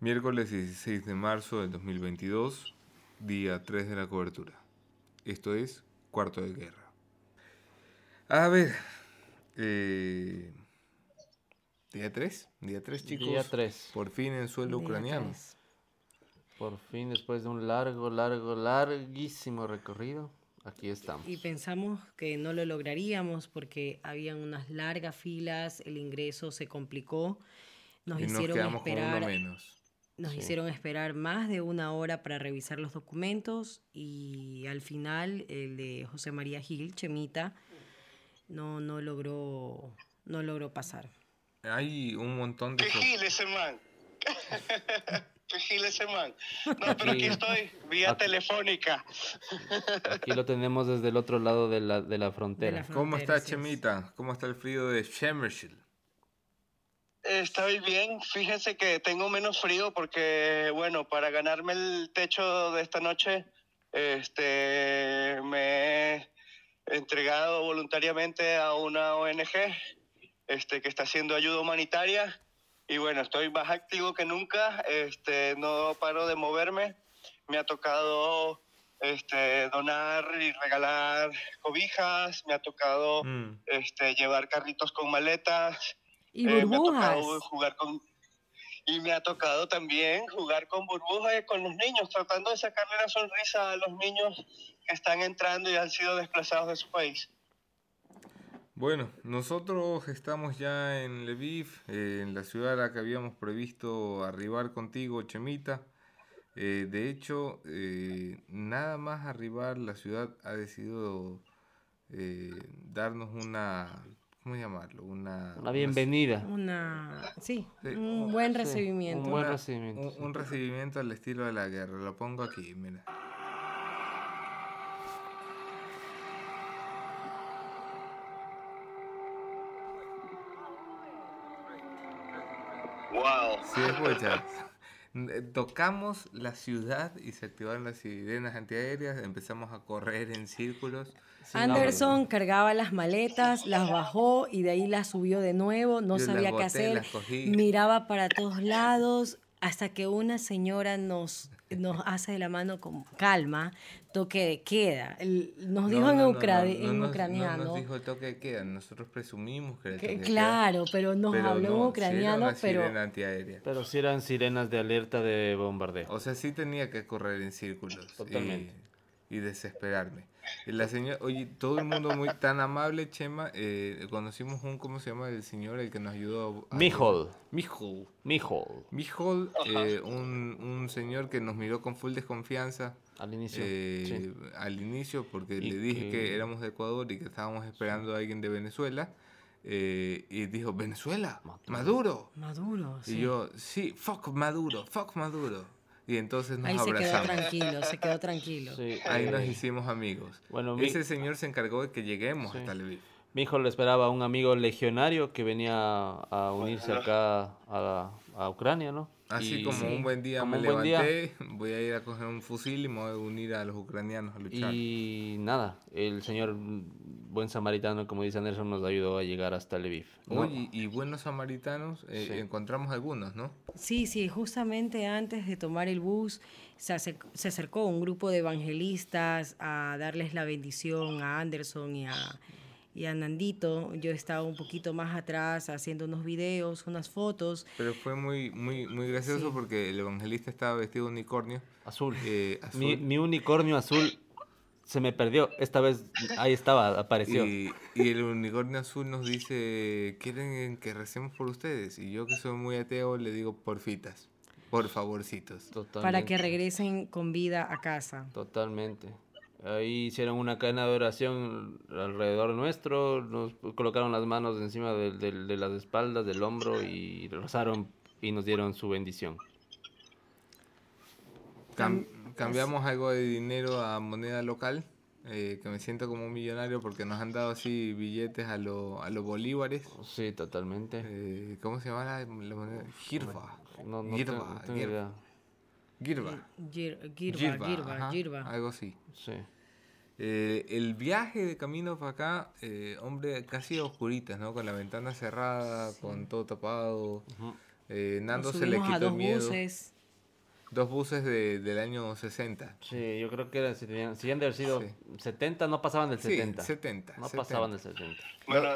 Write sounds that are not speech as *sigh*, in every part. Miércoles 16 de marzo del 2022, día 3 de la cobertura. Esto es Cuarto de Guerra. A ver, eh, día 3, día 3 chicos. Día 3. Por fin en suelo Día ucraniano. tres. Por fin, después de un largo, largo, larguísimo recorrido, aquí estamos. Y pensamos que no lo lograríamos porque habían unas largas filas, el ingreso se complicó, nos y nos hicieron quedamos con uno esperar, menos. nos Sí. hicieron esperar más de una hora para revisar los documentos y al final el de José María Gil, Chemita, no, no logró, no logró pasar. Hay un montón de... Qué fo- gil ese man. *laughs* Qué gil ese man. No, pero aquí Aquí- estoy, vía aquí- telefónica. Aquí lo tenemos desde el otro lado de la, de la De frontera. la fron- ¿Cómo está Fronteras, sí es. Chemita? ¿Cómo está el frío de Shemershil? Estoy bien, fíjense que tengo menos frío porque, bueno, para ganarme el techo de esta noche, este, me he entregado voluntariamente a una ONG este, que está haciendo ayuda humanitaria y bueno, estoy más activo que nunca, este, no paro de moverme, me ha tocado este, donar y regalar cobijas, me ha tocado Mm. este, llevar carritos con maletas. Y Eh, Me ha burbujas. tocado jugar con y me ha tocado también jugar con burbujas y con los niños, tratando de sacarle la sonrisa a los niños que están entrando y han sido desplazados de su país. Bueno, nosotros estamos ya en Lviv, eh, en la ciudad a la que habíamos previsto arribar contigo, Chemita. Eh, de hecho, eh, nada más arribar, la ciudad ha decidido eh, darnos una, ¿cómo llamarlo? Una, Una bienvenida. Una, sí, Sí. un buen Sí, recibimiento. un buen una- recibimiento, un- sí. un recibimiento al estilo de la guerra. Lo pongo aquí, mira. ¡Wow! Sí, escucha. Eh, Tocamos la ciudad y se activaron las sirenas antiaéreas, empezamos a correr en círculos. Sí, Anderson cargaba las maletas, las bajó y de ahí las subió de nuevo, no Yo las sabía qué boté, hacer, las cogí. miraba para todos lados, hasta que una señora nos, nos hace de la mano con calma, toque de queda. El- Nos dijo No, en, no, no, ucra- no, en no nos- no ucraniano. nos dijo el toque de queda, nosotros presumimos que era el que- toque de queda, claro, pero nos pero habló no, sí en era ucraniano, una pero sirena antiaérea. Pero sí eran sirenas de alerta de bombardeo. O sea, sí tenía que correr en círculos. y- Totalmente. Y, desesperarme. Y La señora, oye, todo el mundo muy tan amable, Chema. eh, conocimos un, ¿cómo se llama el señor? El que nos ayudó. a- Mijol, Mijol. Mijol. Mijol, eh, un, un señor que nos miró con full desconfianza Al inicio. eh, sí. al inicio porque Y le dije que... que- éramos de Ecuador y que estábamos esperando a alguien de Venezuela. eh, y dijo, Venezuela, Maduro. Maduro. Maduro. sí. Y yo, sí, fuck Maduro, fuck Maduro. Y entonces nos ahí se quedó abrazamos. tranquilo, se quedó tranquilo. Sí, Ahí nos eh, hicimos amigos. Bueno, mi- Ese señor se encargó de que lleguemos Sí. hasta Lviv. Mijo lo esperaba un amigo legionario que venía a unirse acá a, a Ucrania, ¿no? Así Y- como sí, un buen día como me un buen día. levanté, voy a ir a coger un fusil y me voy a unir a los ucranianos a luchar. Y nada, el señor mm, buen samaritano, como dice Anderson, nos ayudó a llegar hasta Lviv. ¿no? Oye, y buenos samaritanos, eh, Sí. encontramos algunos, ¿no? Sí, sí, justamente antes de tomar el bus se, acer- se acercó un grupo de evangelistas a darles la bendición a Anderson y a, y a Nandito. Yo estaba un poquito más atrás haciendo unos videos, unas fotos. Pero fue muy, muy, muy gracioso Sí. porque el evangelista estaba vestido de unicornio. Azul. *laughs* eh, Mi, azul, mi unicornio azul se me perdió. Esta vez ahí estaba, apareció. Y, y el unicornio azul nos dice, ¿quieren que recemos por ustedes? Y yo que soy muy ateo le digo, porfitas, por favorcitos. Para que Totalmente, regresen con vida a casa. Totalmente. Ahí hicieron una cadena de oración alrededor nuestro, nos colocaron las manos encima del- del- de las espaldas, del hombro y rezaron y nos dieron su bendición. Cam- cambiamos algo de dinero a moneda local, eh, que me siento como un millonario porque nos han dado así billetes a, lo- a los bolívares. Sí, totalmente. Eh, ¿Cómo se llama la, la moneda? Girva. No, no te- girva, no tengo girva, idea. girva, Gir- Girba, ajá, girba, girba. Algo así. Sí. Eh, el viaje de camino para acá, eh, hombre, casi a oscuritas, ¿no? Con la ventana cerrada, con todo tapado. Ujú. Eh, Nos Nando se le subimos a quitó el dos miedo. Eh, buses. Dos buses de, del año 60. Sí, yo creo que era, si, tenían, si han de haber sido 70, no pasaban del Sí, 70. 70, No 70. pasaban del 70. Bueno,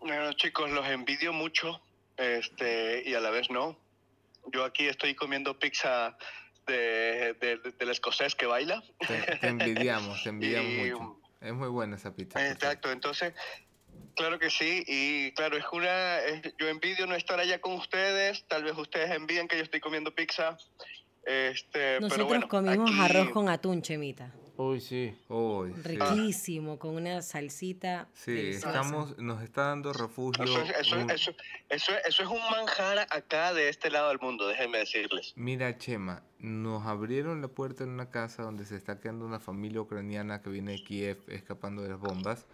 bueno, chicos, los envidio mucho este, y a la vez no. Yo aquí estoy comiendo pizza de, de- del escocés que baila. Te, te envidiamos, te envidiamos Y- mucho. Es muy buena esa pizza. por Exacto, entonces, claro que sí, y claro, es una, es- yo envidio no estar allá con ustedes, tal vez ustedes envidian que yo estoy comiendo pizza, este, pero Nosotros bueno, comimos aquí- arroz con atún, Chemita. Uy, sí. cierto. Uy, sí. Riquísimo, con una salsita. Sí, deliciosa. estamos, nos está dando refugio. Eso, es- eso es- un- eso- eso es- eso es un manjar acá de este lado del mundo, déjenme decirles. Mira, Chema, nos abrieron la puerta en una casa donde se está quedando una familia ucraniana que viene de Kiev escapando de las bombas.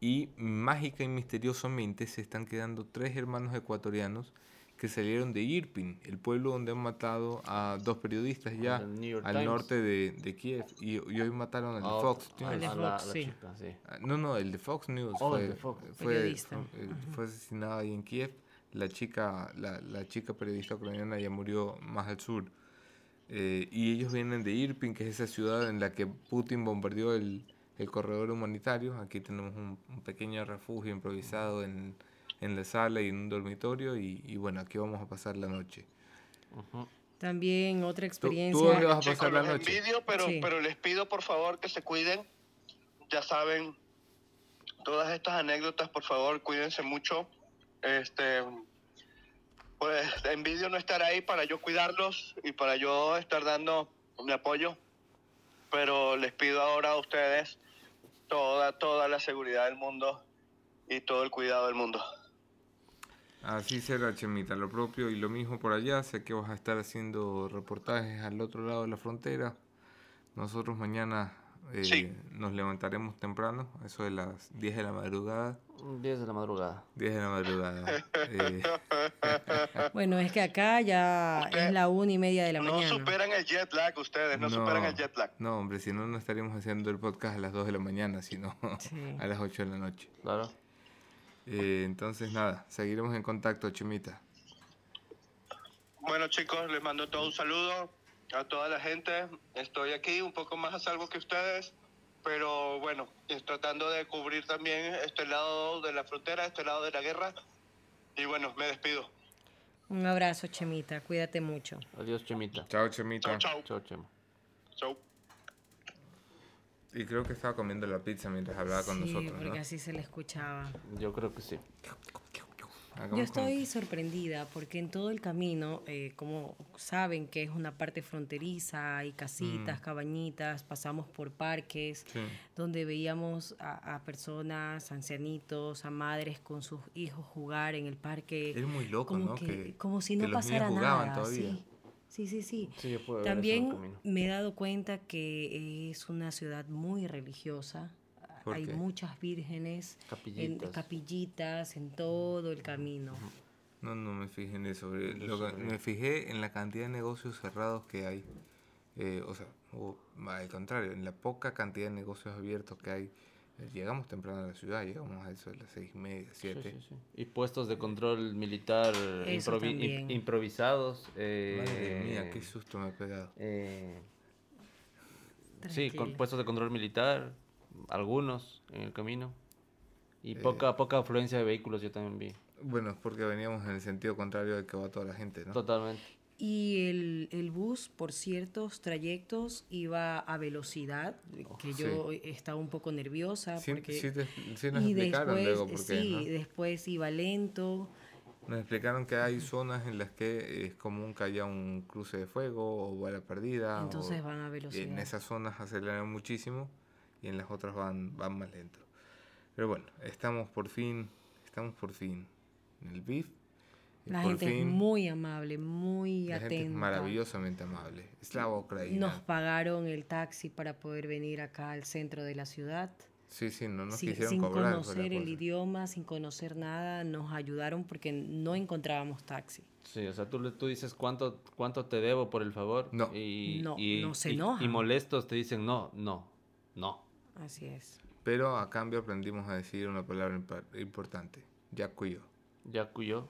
Y mágica y misteriosamente se están quedando tres hermanos ecuatorianos que salieron de Irpin, el pueblo donde han matado a dos periodistas ya Al New York al Times. norte de, de Kiev. Y, y hoy mataron al de Ah, Fox a- News. a Al de la- Fox, la sí. chica, sí. Ah, No, no, el de Fox News Oh, fue, el de Fox. fue- Periodista. fue- eh, fue asesinado ahí en Kiev. La chica, la, la chica periodista ucraniana ya murió más al sur. Eh, y ellos vienen de Irpin, que es esa ciudad en la que Putin bombardeó el, el corredor humanitario. Aquí tenemos un, un pequeño refugio improvisado en, en la sala y en un dormitorio. Y, y bueno, aquí vamos a pasar la noche. También otra ¿Tú, experiencia. tú dónde vas a Chicos, pasar la los noche? envidio, pero, Sí. pero les pido por favor que se cuiden. Ya saben, todas estas anécdotas, por favor, cuídense mucho. Este, pues envidio no estar ahí para yo cuidarlos y para yo estar dando mi apoyo. Pero les pido ahora a ustedes toda, toda la seguridad del mundo y todo el cuidado del mundo. Así será, Chemita, lo propio y lo mismo por allá. Sé que vas a estar haciendo reportajes al otro lado de la frontera. Nosotros mañana eh, Sí. nos levantaremos temprano, a eso de las 10 de la madrugada. 10 de la madrugada. 10 de la *laughs* madrugada. eh, Bueno, es que acá ya Usted- es la una y media de la No mañana. superan el jet lag ustedes, no superan el jet lag. no, hombre, si no, no estaríamos haciendo el podcast a las 2 de la mañana, sino Sí. *laughs* a las 8 de la noche. Claro. Eh, entonces, nada, seguiremos en contacto, Chemita. Bueno chicos, les mando todo un saludo a toda la gente. Estoy aquí un poco más a salvo que ustedes, pero bueno, es tratando de cubrir también este lado de la frontera, este lado de la guerra. Y bueno, me despido. Un abrazo, Chemita. Cuídate mucho. Adiós, Chemita. Chao, Chemita. Chau, chau. Chao, Chema. Chau. Y creo que estaba comiendo la pizza mientras hablaba con sí, nosotros. porque ¿no? Ah, así se le escuchaba. Yo creo que sí. Hagamos Yo como- estoy sorprendida porque en todo el camino, eh, como saben que es una parte fronteriza, hay casitas, cabañitas, pasamos por parques Mm. Sí. donde veíamos a, a personas, ancianitos, a madres con sus hijos jugar en el parque. Es muy loco, como ¿no? que- Que- como si que no los niños pasara jugaban nada. todavía. Sí, sí, sí. sí. Sí, yo pude ver eso en el También camino. me he dado cuenta que es una ciudad muy religiosa. ¿Por Hay qué? muchas vírgenes, en, Capillitas. capillitas en todo el camino. No, no me fijé en eso. eh, Lo que- me fijé en la cantidad de negocios cerrados que hay. eh, o sea, o al contrario, en la poca cantidad de negocios abiertos que hay. Eh, Llegamos temprano a la ciudad, llegamos a eso de las seis y media, Sí, siete. sí, sí. Y puestos de control militar eh, Eso improvi- im- también. improvisados. eh, Madre mía, qué susto me he pegado. eh, sí, con Tranquilo. pues puestos de control militar, algunos en el camino. Eh. Y poca, poca afluencia de vehículos yo también vi. Bueno, es porque veníamos en el sentido contrario del que va toda la gente, ¿no? Totalmente. Y el, el bus, por ciertos trayectos, iba a velocidad, que yo estaba un poco nerviosa. Oh, Sí, Ah, porque... sí te- sí nos y explicaron después, luego por qué, sí, ¿no? después iba lento. Nos explicaron que hay zonas en las que es común que haya un cruce de fuego o bala perdida. o- Entonces van Ah, oh, y a En velocidad. esas zonas aceleran muchísimo y en las otras van, van más lento. Pero bueno, estamos por fin, estamos por fin en el BIF. y La por gente es fin muy amable, muy la atenta. gente es maravillosamente amable. Eslava Ucrania. Nos pagaron el taxi para poder venir acá al centro de la ciudad. Sí, sí, no nos sin, quisieron sin cobrar. fue la conocer el cosa. idioma, sin conocer nada, nos ayudaron porque no encontrábamos taxi. Sí, o sea, tú, le- tú dices cuánto, cuánto te debo por el favor. No. Y, No, y- no se y- Y, enojan. molestos te dicen no, no, no. Así es. Pero a cambio aprendimos a decir una palabra impa- importante. Yakuyo. Ya cuyo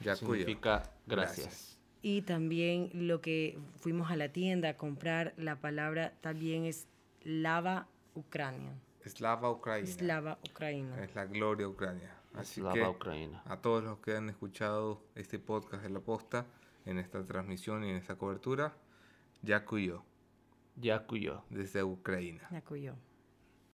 Yakuyo. significa gracias. Gracias. Y también lo que fuimos a la tienda a comprar, la palabra también es lava Ucrania. Slava Ucrania. Eh. Slava Ucrania. Es la gloria Ucrania. Así Slava que Ucrania. a todos los que han escuchado este podcast de La Posta, en esta transmisión y en esta cobertura, Yakuyo, Yakuyo. desde Ucrania. Nakuyo.